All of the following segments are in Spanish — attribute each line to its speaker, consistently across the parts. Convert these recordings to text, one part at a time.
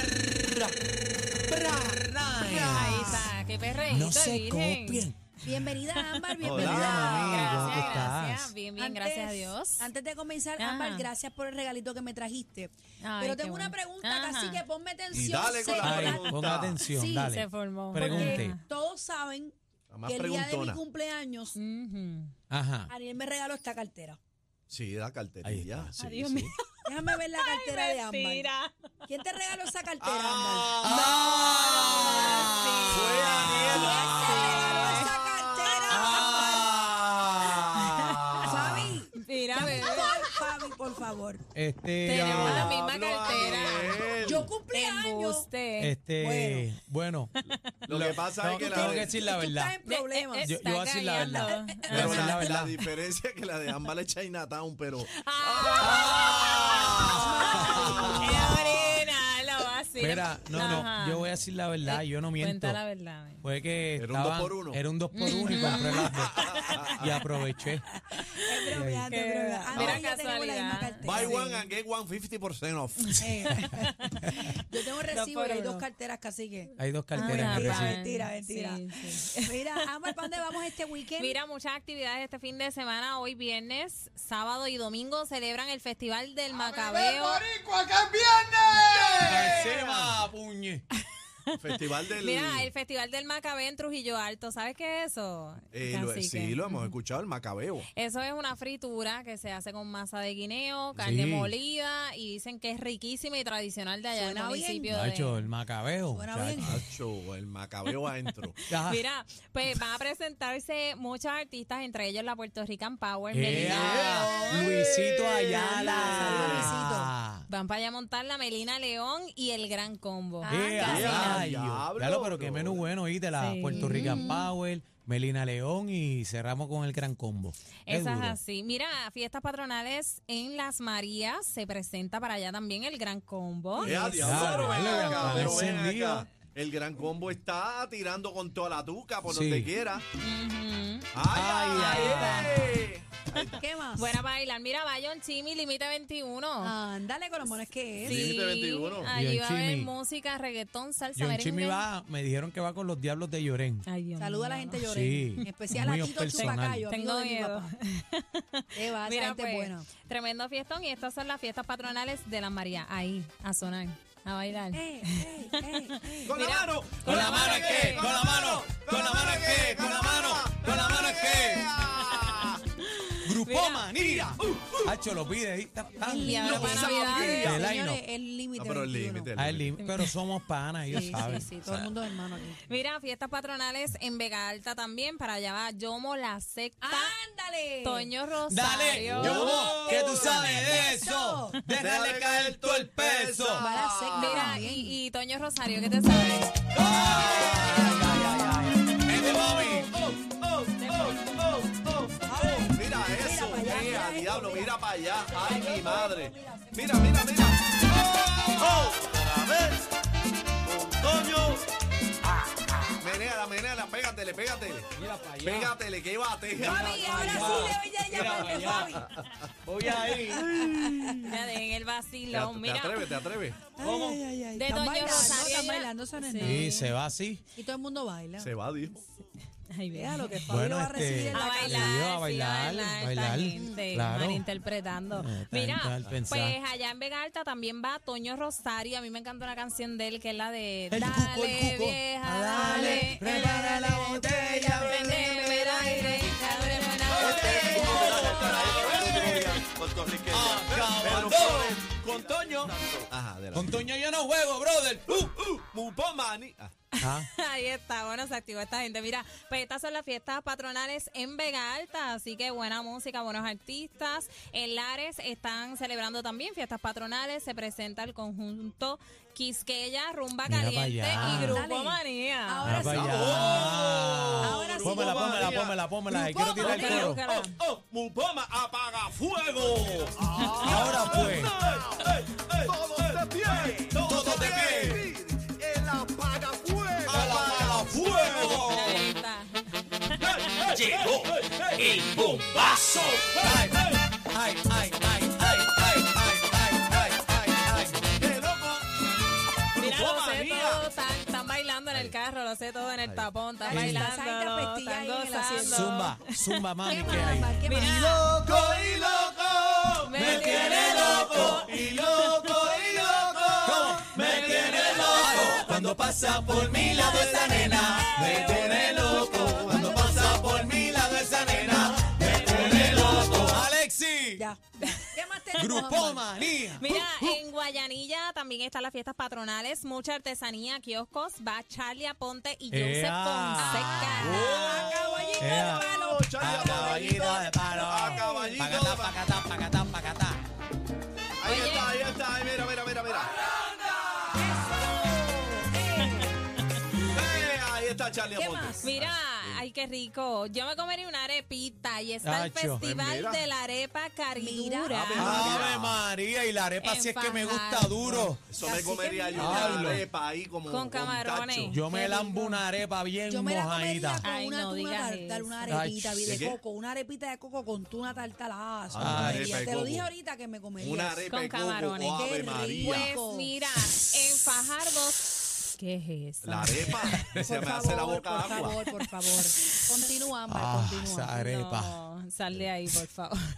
Speaker 1: Bra, bra, bra.
Speaker 2: Ahí está, qué perreíto,
Speaker 1: No se
Speaker 2: virgen.
Speaker 1: copien.
Speaker 3: Bienvenida, Ámbar. Bienvenida.
Speaker 1: Hola, mami, ¿cómo tú
Speaker 2: Gracias,
Speaker 1: estás?
Speaker 2: gracias. Bien, bien, gracias a
Speaker 3: Antes-
Speaker 2: Dios.
Speaker 3: Antes de comenzar,
Speaker 2: Ajá.
Speaker 3: Ámbar, gracias por el regalito que me trajiste.
Speaker 2: Ay,
Speaker 3: Pero
Speaker 2: qué
Speaker 3: tengo una
Speaker 2: bueno.
Speaker 3: pregunta,
Speaker 2: Ajá.
Speaker 3: así que ponme
Speaker 4: Y
Speaker 3: atención.
Speaker 4: dale con la
Speaker 3: señora,
Speaker 1: Ay,
Speaker 4: pregunta.
Speaker 1: ponga atención,
Speaker 3: Sí,
Speaker 1: dale.
Speaker 2: Se formó.
Speaker 1: Pregunte.
Speaker 3: porque Todos saben
Speaker 4: La más
Speaker 3: que el día de mi
Speaker 4: preguntona.
Speaker 3: cumpleaños,
Speaker 2: Ujú.
Speaker 1: Ajá.
Speaker 3: Ariel me regaló esta cartera.
Speaker 4: Sí, da carterilla.
Speaker 1: Ahí está.
Speaker 4: Sí,
Speaker 2: Adiós
Speaker 4: sí.
Speaker 2: mío.
Speaker 3: Déjame ver la cartera de Ámbar.
Speaker 2: Mentira.
Speaker 3: ¿Quién te regaló esa cartera, Ámbar?
Speaker 4: ¡Ah!
Speaker 2: Sí.
Speaker 4: ¡Fue Ah.
Speaker 3: regaló
Speaker 4: Daniela!
Speaker 3: esa cartera,
Speaker 4: ¡Ah!
Speaker 3: Fabi,
Speaker 2: Mira, bebé.
Speaker 3: por- Fabi, por favor.
Speaker 1: Este.
Speaker 2: Tenemos la
Speaker 1: ah,
Speaker 2: misma
Speaker 4: Pablo
Speaker 2: cartera.
Speaker 4: Daniel.
Speaker 3: Yo cumpleaños.
Speaker 2: Embuste.
Speaker 1: Este. Bueno.
Speaker 4: Lo que pasa es
Speaker 1: tengo-
Speaker 4: que
Speaker 1: tengo
Speaker 4: la,
Speaker 1: que
Speaker 4: de-
Speaker 1: decir la
Speaker 3: Tú estás
Speaker 1: verdad.
Speaker 3: en problemas.
Speaker 2: Eh, eh,
Speaker 1: Yo, yo voy a decir la
Speaker 2: Está
Speaker 1: verdad.
Speaker 2: callando. Ah.
Speaker 1: Voy a
Speaker 4: pero
Speaker 1: decir la
Speaker 4: la, la
Speaker 1: verdad.
Speaker 4: diferencia es que la de Ámbar es Chinatown, pero...
Speaker 2: Ah, la orina, la vacila.
Speaker 1: Espera, no, no.
Speaker 2: Ajá.
Speaker 1: Yo voy a decir la verdad.
Speaker 2: Eh,
Speaker 1: Yo no miento.
Speaker 2: Cuenta la verdad. ven.
Speaker 1: Fue que
Speaker 4: Era un
Speaker 1: estaban-
Speaker 4: dos por uno.
Speaker 1: Era un 2 por 1 y compré las dos. Y aproveché.
Speaker 3: Es bromeante, es
Speaker 2: Qué-
Speaker 3: bromeante. Ah,
Speaker 2: mira
Speaker 3: no, yo tengo la
Speaker 2: casualidad.
Speaker 3: misma cartera.
Speaker 4: Buy
Speaker 3: Sí.
Speaker 4: one and get one 50% off.
Speaker 3: Eh, Yo tengo recibo
Speaker 2: por
Speaker 3: y hay
Speaker 2: uno.
Speaker 3: dos carteras, cacique.
Speaker 1: Hay dos
Speaker 2: Ah,
Speaker 1: carteras en el
Speaker 2: papá.
Speaker 3: mentira,
Speaker 1: recibo.
Speaker 3: mentira, mentira.
Speaker 2: Sí, sí.
Speaker 3: Mira, Amber, ¿para dónde vamos este weekend?
Speaker 2: Mira, muchas actividades este fin de semana. Hoy viernes, sábado y domingo celebran el Festival
Speaker 4: Ah,
Speaker 2: del Macabeo.
Speaker 1: Encima, puñe.
Speaker 4: Festival del...
Speaker 2: Mira, el Festival del Macabeo en Trujillo Alto. ¿Sabes qué es eso?
Speaker 4: eh, lo-
Speaker 2: cacique?
Speaker 4: sí, lo hemos escuchado, el macabeo.
Speaker 2: Eso es una fritura que se hace con masa de guineo, carne
Speaker 1: Sí.
Speaker 2: molida y dicen que es riquísima y tradicional de allá del
Speaker 3: Suena bien.
Speaker 2: municipio de...
Speaker 1: Nacho, el macabeo.
Speaker 3: Suena
Speaker 1: chacho.
Speaker 3: bien.
Speaker 4: Acho, el macabeo adentro.
Speaker 1: Ah,
Speaker 2: Mira, pues van a presentarse muchos artistas, entre ellos la Puerto Rican Power.
Speaker 1: ¡Ea!
Speaker 2: Melina León.
Speaker 1: Eh, Luisito
Speaker 3: Saludos,
Speaker 1: Ayala.
Speaker 3: Luisito.
Speaker 2: Van para allá a montar la Melina León y el Gran Combo.
Speaker 1: ¡Ea,
Speaker 4: Ah,
Speaker 1: rayo!
Speaker 4: diablo,
Speaker 1: Eh, Diablo, pero qué
Speaker 4: bro.
Speaker 1: menú bueno, oíste, la
Speaker 2: Sí.
Speaker 1: Puerto Rican Power, Melina León y cerramos con el gran combo. Es
Speaker 2: Eso es
Speaker 1: duro.
Speaker 2: así. Mira, fiestas patronales en Las Marías se presenta para allá también el Gran Combo.
Speaker 4: Eh, a diablo,
Speaker 1: Claro,
Speaker 4: pero ven
Speaker 1: claro,
Speaker 4: acá,
Speaker 1: claro,
Speaker 4: pero ven
Speaker 1: encendido.
Speaker 4: acá. El gran combo está tirando con toda la tuca por
Speaker 1: Sí.
Speaker 4: donde quiera.
Speaker 2: Ujú.
Speaker 4: ¡Ay, ay, ay!
Speaker 3: ¿Qué más?
Speaker 2: Buena para bailar. Mira, Bayon Chimi, Límite 21.
Speaker 3: Ah. Ándale con los monos que es.
Speaker 4: Sí. Límite 21.
Speaker 2: Allí
Speaker 1: Bayon
Speaker 2: va a haber
Speaker 1: Chimi.
Speaker 2: música, reggaetón, salsa,
Speaker 1: John
Speaker 2: merengue.
Speaker 1: Chimmy va, me dijeron que va con los diablos de Llorén.
Speaker 2: Ay, Dios
Speaker 3: Saluda a
Speaker 2: mío,
Speaker 3: la gente
Speaker 2: no.
Speaker 3: llorén.
Speaker 1: Sí,
Speaker 3: en especial a
Speaker 1: muy
Speaker 3: Tito
Speaker 1: personal.
Speaker 3: Chupacayo, amigo
Speaker 2: Tengo
Speaker 3: de mi
Speaker 2: miedo.
Speaker 3: papá. este Te va, esa
Speaker 2: Mira,
Speaker 3: gente
Speaker 2: pues,
Speaker 3: buena.
Speaker 2: tremendo fiestón. Y estas son las fiestas patronales de la María. Ahí, a sonar, a bailar.
Speaker 3: Eh, eh, eh, eh.
Speaker 4: ¡Con la mano!
Speaker 2: ¿con la mano qué? ¿Con la
Speaker 4: mano! ¿Con la mano qué? ¿Con la mano? ¿Con la mano qué?
Speaker 1: ¡Grupomanía! Uh, Hacho lo pide ahí. ta, ta.
Speaker 2: Y ahora para Navidad.
Speaker 1: El line-up.
Speaker 3: Señores, el límite.
Speaker 4: No, pero el
Speaker 3: 21.
Speaker 4: límite.
Speaker 1: Ah, el lim- pero somos panas, ellos
Speaker 3: Sí, sí,
Speaker 1: saben.
Speaker 3: sí, todo el mundo es hermano aquí.
Speaker 2: Mira, fiestas patronales en Vega Alta también. Para allá va Yomo, la secta.
Speaker 3: Ah, ¡Ándale!
Speaker 2: Ah, Toño
Speaker 1: Dale,
Speaker 2: Rosario.
Speaker 1: yo, que tú sabes de eso. Déjale caer todo el peso.
Speaker 3: Va a la secta
Speaker 2: Mira,
Speaker 3: también.
Speaker 2: y, y Toño Rosario, ¿qué te sabes?
Speaker 1: Vente, mami.
Speaker 4: Mira eso,
Speaker 3: Mira para
Speaker 4: mira,
Speaker 3: allá, mira
Speaker 4: diablo,
Speaker 3: esto,
Speaker 4: mira para allá. Ay, mi madre. Mira, mira, mira. ¡Oh! Otra vez. Con Toño. Ah, ah. Menéala, menéala, pégatele, pégatele.
Speaker 1: Mira pa' allá.
Speaker 4: Pégatele, que bate.
Speaker 3: Fabi, ahora sí le voy a llamarte,
Speaker 1: Mira para
Speaker 3: Fabi.
Speaker 1: allá. Voy ahí.
Speaker 2: Ya en el
Speaker 4: Te
Speaker 2: vacilón,
Speaker 4: at- te
Speaker 2: mira.
Speaker 4: atreves, te atreves.
Speaker 1: ¿Cómo?
Speaker 3: Ay, ay, ay,
Speaker 2: De
Speaker 3: están
Speaker 2: Doña
Speaker 3: bailando,
Speaker 2: Rosario
Speaker 3: están
Speaker 2: ya.
Speaker 3: bailando, eso no es
Speaker 2: Sí.
Speaker 3: nada.
Speaker 1: Y se va así.
Speaker 3: Y todo el mundo baila.
Speaker 4: Se va, dijo.
Speaker 2: Ay,
Speaker 3: Vea
Speaker 2: vea.
Speaker 3: lo que Fabi
Speaker 1: Bueno,
Speaker 3: lo va a recibir
Speaker 1: este,
Speaker 3: en
Speaker 2: A
Speaker 3: la
Speaker 2: bailar,
Speaker 3: casa.
Speaker 2: sí, a
Speaker 1: bailar,
Speaker 2: bailar, esta
Speaker 1: bailar,
Speaker 2: gente,
Speaker 1: claro.
Speaker 2: malinterpretando.
Speaker 1: Eh, está bien, está
Speaker 2: Mira,
Speaker 1: al pensar.
Speaker 2: pues allá en Vega Alta también va Toño Rosario. A mí me encanta una canción de él que es la de
Speaker 1: El
Speaker 2: Dale,
Speaker 1: cuco, el cuco. Ah,
Speaker 2: vieja,
Speaker 1: Dale,
Speaker 2: dale.
Speaker 1: prepara la botella,
Speaker 2: prendeme el aire, ábreme una botella.
Speaker 4: Pero con- con Toño. Ajá,
Speaker 1: Con
Speaker 4: adelante.
Speaker 1: Toño yo no juego, brother. Uh.
Speaker 4: Mupomani. Ah,
Speaker 1: Ah,
Speaker 2: Ahí está, bueno, se activó esta gente. Mira, pues estas son las fiestas patronales en Vega Alta, así que buena música, buenos artistas. En Lares están celebrando también fiestas patronales, se presenta el conjunto Quisqueya, Rumba
Speaker 1: Mira pa'
Speaker 2: Caliente
Speaker 1: allá.
Speaker 2: y Grupo
Speaker 3: Dale.
Speaker 2: Manía.
Speaker 3: Ahora
Speaker 4: Ah,
Speaker 1: mira pa'
Speaker 3: sí.
Speaker 1: allá.
Speaker 3: Ahora sí.
Speaker 1: Pómela, pómela, pómela, pómela. que Quiero tirar el
Speaker 2: Búscala,
Speaker 1: coro.
Speaker 2: búscala.
Speaker 4: Oh, Mupoma apaga fuego.
Speaker 1: Ahora pues.
Speaker 4: Todo de pie. Todo de pie.
Speaker 5: El apaga fuego.
Speaker 4: Apaga fuego.
Speaker 2: Ahí está.
Speaker 5: Llegó el bombazo.
Speaker 1: Ay, ay, ay, ay, ay, ay, ay, ay, ay, ay, ay.
Speaker 4: ¡Qué loco!
Speaker 2: Mira,
Speaker 4: Grupo
Speaker 2: lo sé
Speaker 4: Manía.
Speaker 2: el carro, lo sé todo en el tapón, está
Speaker 1: Ahí.
Speaker 2: bailando,
Speaker 3: Estás ahí, te apestilla
Speaker 2: están
Speaker 3: ahí en el asiento.
Speaker 2: gozando.
Speaker 1: Zumba, zumba, mami,
Speaker 3: ¿Qué
Speaker 1: ¿qué hay?
Speaker 3: más, qué más?
Speaker 4: loco y loco,
Speaker 2: Me tiene loco,
Speaker 4: y loco y loco, me tiene loco. Cuando pasa por mi lado esa nena, me tiene loco. Cuando pasa por mi lado esa nena, me tiene loco. Alexi,
Speaker 3: Ya. ¿Qué más tenemos,
Speaker 4: Grupo
Speaker 3: Amar?
Speaker 4: Manía.
Speaker 2: Mira, en Guayanilla también están las fiestas patronales, mucha artesanía, kioscos, va Charlie Aponte y Joseph
Speaker 1: ¡Ea! Ah.
Speaker 2: Fonseca.
Speaker 3: A caballito de
Speaker 4: A caballito de
Speaker 1: Ea.
Speaker 3: palo.
Speaker 4: palo. A caballito de
Speaker 1: Pacatá,
Speaker 4: palo.
Speaker 1: pacatá, pacatá, pacatá.
Speaker 4: Ahí
Speaker 2: Oye.
Speaker 4: está, ahí está, ahí, mira, mira, mira, mira. Eh, Ahí está Charlie
Speaker 3: ¿Qué
Speaker 4: Aponte.
Speaker 3: más?
Speaker 2: Mira, ay, qué rico. Yo me comería una arepita y está el
Speaker 1: Tacho,
Speaker 2: Festival
Speaker 4: mira.
Speaker 2: de la Arepa
Speaker 3: Mira.
Speaker 2: Caridura.
Speaker 3: Ave
Speaker 1: Ave María y la arepa
Speaker 2: En
Speaker 1: si es que me gusta
Speaker 2: Fajardo.
Speaker 1: duro.
Speaker 4: Eso me
Speaker 3: Así que
Speaker 4: comería yo
Speaker 3: mira.
Speaker 4: una
Speaker 1: Pablo.
Speaker 4: arepa ahí como
Speaker 2: Con camarones.
Speaker 4: tacho.
Speaker 1: Yo me
Speaker 2: Qué
Speaker 1: lambo
Speaker 2: rico.
Speaker 1: una arepa bien
Speaker 3: Yo me la comería
Speaker 1: mojadita.
Speaker 3: con
Speaker 2: Ay,
Speaker 3: una
Speaker 2: no
Speaker 3: tuna
Speaker 2: digas
Speaker 3: tartar, una
Speaker 1: eso.
Speaker 3: arepita
Speaker 1: Ay,
Speaker 4: ¿de
Speaker 3: de
Speaker 4: qué?
Speaker 3: coco, una arepita de coco con tuna tartalada. eso
Speaker 1: Ay,
Speaker 3: me
Speaker 1: arepa
Speaker 3: comería.
Speaker 4: de
Speaker 3: Te lo dije
Speaker 4: coco.
Speaker 3: ahorita que me comería.
Speaker 4: Una
Speaker 3: eso.
Speaker 4: arepa
Speaker 2: Con
Speaker 4: de coco,
Speaker 2: camarones.
Speaker 4: oh, Ave
Speaker 3: Qué
Speaker 4: María.
Speaker 2: Pues mira, en Fajardo. ¿Qué es eso?
Speaker 4: La arepa.
Speaker 3: Por
Speaker 4: Se me
Speaker 3: favor,
Speaker 4: hace la boca
Speaker 3: por
Speaker 4: agua.
Speaker 3: favor, por favor. Continúa, Ámbar,
Speaker 1: Ah, esa
Speaker 3: continúa.
Speaker 1: arepa.
Speaker 2: No, sal de ahí, por favor.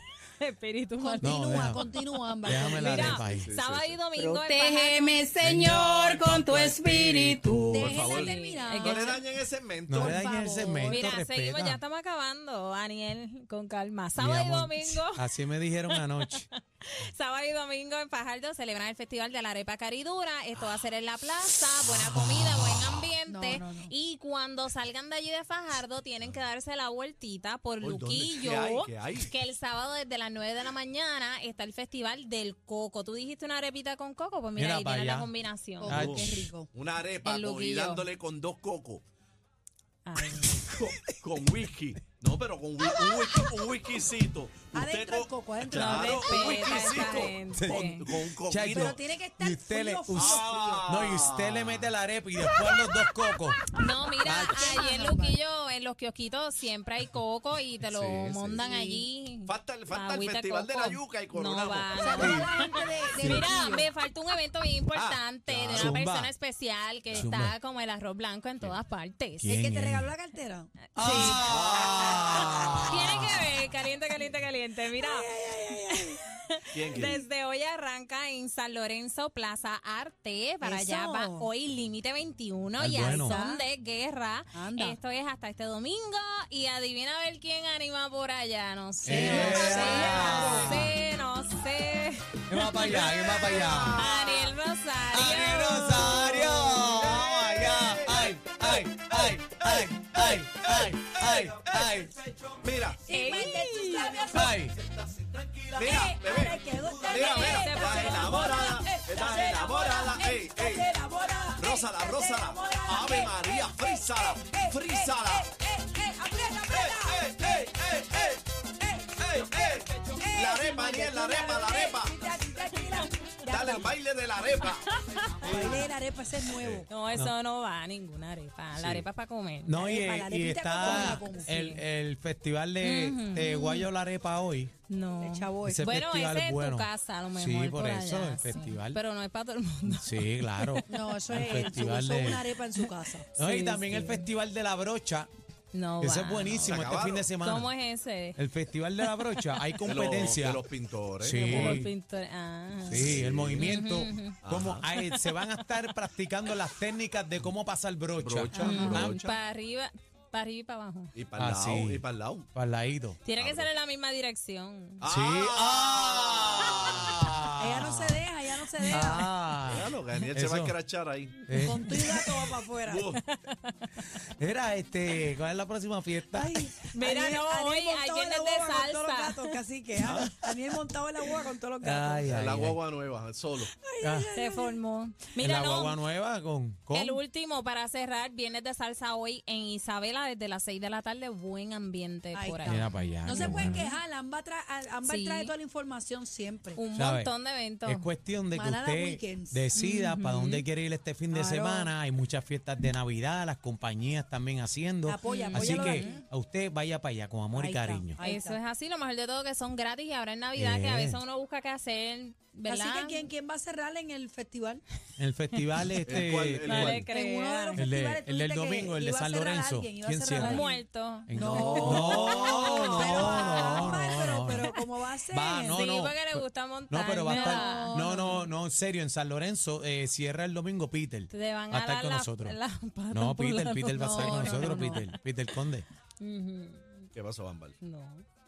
Speaker 2: Espíritu Santo.
Speaker 1: No,
Speaker 3: Continúa,
Speaker 1: déjame.
Speaker 3: continúa, Ámbar.
Speaker 1: Déjame la
Speaker 2: Mira,
Speaker 1: arepa ahí.
Speaker 2: sábado y domingo en Fajardo.
Speaker 6: Protégeme, Señor, con tu espíritu.
Speaker 4: Por favor.
Speaker 3: Déjenla
Speaker 4: No
Speaker 3: terminar.
Speaker 4: le dañen el segmento.
Speaker 1: No le dañes el
Speaker 3: favor.
Speaker 1: segmento,
Speaker 2: Mira,
Speaker 1: respeta.
Speaker 2: seguimos, ya estamos acabando, Daniel, con calma.
Speaker 1: Mi
Speaker 2: Sábado y
Speaker 1: amor,
Speaker 2: domingo,
Speaker 1: Así me dijeron anoche.
Speaker 2: sábado y domingo en Fajardo celebran el Festival de la Arepa Caridura. Esto va a ser en la plaza, buena comida, buen ambiente.
Speaker 3: No, no, no.
Speaker 2: Y cuando salgan de allí de Fajardo, tienen que darse la vueltita por
Speaker 4: ¿Por dónde?
Speaker 2: Luquillo.
Speaker 4: ¿Qué hay? ¿Qué hay?
Speaker 2: Que el sábado desde las 9 de la mañana está el Festival del Coco. Tú dijiste una arepita con coco, pues mira,
Speaker 1: Mira
Speaker 2: ahí
Speaker 1: pa'
Speaker 2: tienen la
Speaker 1: allá.
Speaker 2: combinación.
Speaker 3: Coco,
Speaker 1: Ay,
Speaker 4: Oh,
Speaker 3: qué rico.
Speaker 4: Una arepa
Speaker 2: El
Speaker 4: con- y
Speaker 2: Luquillo.
Speaker 4: dándole con dos cocos.
Speaker 2: Ay.
Speaker 4: Con, con whisky. No, pero con whi- un, whisky, un whiskycito.
Speaker 3: Adentro el coco, adentro.
Speaker 4: Claro,
Speaker 2: No,
Speaker 4: un
Speaker 2: respeta a esa
Speaker 4: whiskycito. Con,
Speaker 2: gente.
Speaker 4: con
Speaker 1: Chaito.
Speaker 4: coquito.
Speaker 3: Pero tiene que estar
Speaker 1: Y usted le-
Speaker 3: frío, frío,
Speaker 4: Ah.
Speaker 3: frío.
Speaker 1: No, y usted le mete la arepa y después los dos cocos.
Speaker 2: No, mira,
Speaker 3: Tacho.
Speaker 2: ahí en Luquillo, en los kiosquitos, siempre hay coco y te lo
Speaker 4: Sí, sí,
Speaker 2: montan allí.
Speaker 4: Falta el- falta el
Speaker 2: Agüita de
Speaker 4: Festival de
Speaker 2: coco.
Speaker 4: la Yuca y coronamos.
Speaker 2: No va.
Speaker 3: Saluda a la gente de- de
Speaker 2: Mira,
Speaker 3: Luquillo.
Speaker 2: me falta un evento bien importante
Speaker 4: Ah,
Speaker 2: de una
Speaker 1: zumba.
Speaker 2: persona especial que
Speaker 1: Zumba.
Speaker 2: está como el arroz blanco en todas partes.
Speaker 1: ¿Quién?
Speaker 3: ¿El que
Speaker 1: Bien,
Speaker 3: te
Speaker 1: eh.
Speaker 3: regaló la cartera?
Speaker 1: Ah.
Speaker 2: Tiene que ver, caliente, caliente, caliente. Mira,
Speaker 4: ¿Quién, quién?
Speaker 2: desde hoy arranca en San Lorenzo Plaza Arte. Para
Speaker 3: Eso.
Speaker 2: allá va hoy Límite 21
Speaker 1: Ay,
Speaker 2: y al
Speaker 1: Ah, bueno.
Speaker 2: son de guerra.
Speaker 3: Anda.
Speaker 2: Esto es hasta este domingo. Y adivina a ver quién anima por allá. No sé,
Speaker 1: Eh.
Speaker 2: no sé,
Speaker 3: Ah.
Speaker 2: no sé, no sé.
Speaker 1: ¿Qué va para allá? ¿Qué va para allá?
Speaker 2: Ariel Rosario.
Speaker 1: ¡Ariel Rosario! ¡Vamos allá! ¡Ay, ay, ay, ay, ay, ay, ay, ay!
Speaker 4: Mira,
Speaker 2: Ey.
Speaker 1: ¡Ay!
Speaker 4: mira, bebé. Mira, mira,
Speaker 2: Se
Speaker 4: estás
Speaker 2: puso
Speaker 4: enamorada, estás enamorada, ey, ey. Rózala, rózala, Ave María, frízala, frízala. Ey, ey, ey, ey, ey, ey. La arepa, Ariel, la arepa, la arepa. Dale el baile de la arepa.
Speaker 3: Baile de la arepa, ese es nuevo.
Speaker 2: No, eso no. va a ninguna arepa. La arepa es para comer.
Speaker 1: No, y, e,
Speaker 3: Arepa, la
Speaker 1: y
Speaker 3: arepita
Speaker 1: está
Speaker 3: con- con- con-
Speaker 1: el, el festival de, de Guayo la Arepa hoy.
Speaker 2: No.
Speaker 3: Chavo,
Speaker 1: Ese
Speaker 2: bueno,
Speaker 1: festival
Speaker 2: ese es
Speaker 1: bueno.
Speaker 2: tu casa, a lo mejor.
Speaker 1: Sí, por, eso,
Speaker 2: allá,
Speaker 1: el
Speaker 2: sí.
Speaker 1: festival.
Speaker 2: Pero no es para todo el mundo.
Speaker 1: Sí, claro.
Speaker 3: No, eso
Speaker 1: El
Speaker 3: es él, su-
Speaker 1: festival
Speaker 3: eso es
Speaker 1: de-
Speaker 3: una arepa en su casa.
Speaker 1: No, y
Speaker 2: Sí,
Speaker 1: también
Speaker 2: sí.
Speaker 1: el festival de la brocha.
Speaker 3: Oh,
Speaker 2: No
Speaker 1: Ese
Speaker 2: va,
Speaker 1: es
Speaker 2: no
Speaker 1: buenísimo
Speaker 4: Se
Speaker 1: este
Speaker 4: acabaron.
Speaker 1: fin de semana.
Speaker 2: ¿Cómo es ese?
Speaker 1: El festival de la brocha, hay
Speaker 4: De los-
Speaker 1: competencia.
Speaker 4: De los pintores.
Speaker 1: Sí.
Speaker 2: Como los pintores. Ah.
Speaker 1: Sí, el movimiento, cómo hay- se van a estar practicando las técnicas de cómo pasar brocha.
Speaker 4: Brocha,
Speaker 1: Ah,
Speaker 4: brocha.
Speaker 2: Para arriba, para arriba y para abajo.
Speaker 4: Y para el
Speaker 1: Ah,
Speaker 4: lado,
Speaker 1: sí.
Speaker 4: y para el lado.
Speaker 1: Para el ladito.
Speaker 2: Tiene que ser en la misma dirección.
Speaker 1: Sí. Ah.
Speaker 3: Ella no se deja, ella no se deja.
Speaker 1: Ah.
Speaker 4: Claro, que Daniel se va a
Speaker 1: Eso.
Speaker 4: escrachar ahí.
Speaker 1: Eh,
Speaker 3: Con tu idea todo va para afuera.
Speaker 4: Uh,
Speaker 1: Era este, ¿cuál es la próxima fiesta?
Speaker 2: Mira,
Speaker 3: Daniel-
Speaker 2: no,
Speaker 3: Daniel
Speaker 2: hoy
Speaker 3: montado en
Speaker 2: ayer
Speaker 3: la
Speaker 2: es de
Speaker 3: guagua Con todos los
Speaker 2: salsa.
Speaker 3: gatos, cacique. ¿ah? Daniel montado en la guagua con todos los gatos.
Speaker 1: Ay, ay,
Speaker 4: la
Speaker 1: ay.
Speaker 4: guagua nueva, solo.
Speaker 1: Ah,
Speaker 2: Se formó.
Speaker 1: en
Speaker 2: Mira,
Speaker 1: la
Speaker 2: no,
Speaker 1: guagua nueva con, con-
Speaker 2: El último para cerrar, viernes de salsa hoy en Isabela desde las 6 de la tarde. Buen ambiente
Speaker 3: Ahí
Speaker 2: por
Speaker 3: está.
Speaker 2: ahí.
Speaker 1: Mira para allá.
Speaker 3: No se
Speaker 1: qué
Speaker 3: pueden
Speaker 1: bueno.
Speaker 3: quejar, Ámbar tra- Ámbar
Speaker 2: Sí.
Speaker 3: trae toda la información siempre.
Speaker 2: Un
Speaker 1: ¿Sabe?
Speaker 2: montón de eventos.
Speaker 1: Es cuestión de que
Speaker 3: Manada
Speaker 1: usted
Speaker 3: Weekends.
Speaker 1: decida decidida para dónde quiere ir este fin de
Speaker 3: Claro.
Speaker 1: semana. Hay muchas fiestas de Navidad, las compañías también haciendo.
Speaker 3: Apoya,
Speaker 1: Así
Speaker 3: apóyalo
Speaker 1: que
Speaker 3: ahí.
Speaker 1: a usted vaya para allá con amor
Speaker 3: Ahí
Speaker 1: y
Speaker 3: está,
Speaker 1: cariño.
Speaker 3: ahí
Speaker 2: Eso
Speaker 3: está.
Speaker 2: es así, lo mejor de todo que son gratis y ahora en Navidad que a
Speaker 1: Eh.
Speaker 2: veces uno busca qué hacer, ¿verdad?
Speaker 3: Así que ¿quién, quién va a cerrar en el festival?
Speaker 1: En el festival este,
Speaker 4: ¿El cuál, el
Speaker 1: el-
Speaker 2: No le
Speaker 4: En
Speaker 3: En uno de
Speaker 2: crean.
Speaker 3: los
Speaker 1: El de-
Speaker 3: festivales tú
Speaker 1: el del
Speaker 3: dijiste que
Speaker 1: domingo, el de
Speaker 3: iba a
Speaker 1: San
Speaker 3: cerrar a
Speaker 1: Lorenzo.
Speaker 3: alguien, iba a
Speaker 1: ¿Quién
Speaker 3: cerrar a
Speaker 1: cierra?
Speaker 3: alguien.
Speaker 2: Muerto.
Speaker 1: en-
Speaker 3: No.
Speaker 1: no, no,
Speaker 3: Pero,
Speaker 1: no,
Speaker 3: ay,
Speaker 1: no,
Speaker 3: pero,
Speaker 1: no.
Speaker 3: pero ¿cómo va a ser?
Speaker 1: Va, no,
Speaker 2: sí,
Speaker 1: no.
Speaker 2: porque le
Speaker 1: Pero-
Speaker 2: gusta
Speaker 1: No,
Speaker 2: montar.
Speaker 1: pero va a estar.
Speaker 2: ¿verdad?
Speaker 1: No, no, no, en serio, en San Lorenzo eh, cierra el domingo Peter.
Speaker 2: Te van
Speaker 1: va a
Speaker 2: a
Speaker 1: estar
Speaker 2: dar
Speaker 1: con
Speaker 2: la-
Speaker 1: nosotros.
Speaker 2: la pata
Speaker 1: no,
Speaker 2: por
Speaker 1: Peter,
Speaker 2: la
Speaker 1: Peter va a estar
Speaker 2: boca.
Speaker 1: con
Speaker 2: No,
Speaker 1: nosotros,
Speaker 2: no, no.
Speaker 1: Peter. Peter Conde.
Speaker 4: ¿Qué pasó, Bambal?
Speaker 2: No.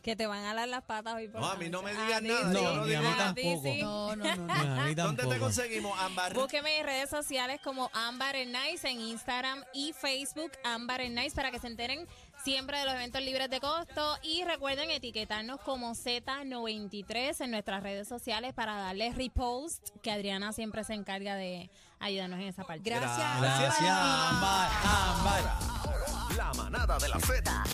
Speaker 2: Que te van a dar las patas hoy por
Speaker 4: No,
Speaker 2: la
Speaker 4: a mí no me
Speaker 2: noche.
Speaker 4: digas
Speaker 2: A ti
Speaker 4: nada,
Speaker 2: sí,
Speaker 1: yo no digo
Speaker 2: a
Speaker 1: nada.
Speaker 2: ti
Speaker 1: Tampoco.
Speaker 2: sí.
Speaker 3: No, no, no. no.
Speaker 1: A mí
Speaker 4: ¿Dónde te
Speaker 1: tampoco.
Speaker 4: conseguimos, Ámbar?
Speaker 2: Búsqueme en redes sociales como Ámbar en Nice en Instagram y Facebook Ámbar en Nice para que se enteren siempre de los eventos libres de costo y recuerden etiquetarnos como Z93 en nuestras redes sociales para darle repost que Adriana siempre se encarga de ayudarnos en esa parte.
Speaker 3: Gracias.
Speaker 1: Gracias,
Speaker 3: Ámbar.
Speaker 1: Ámbar, Ámbar.
Speaker 5: La manada de la Z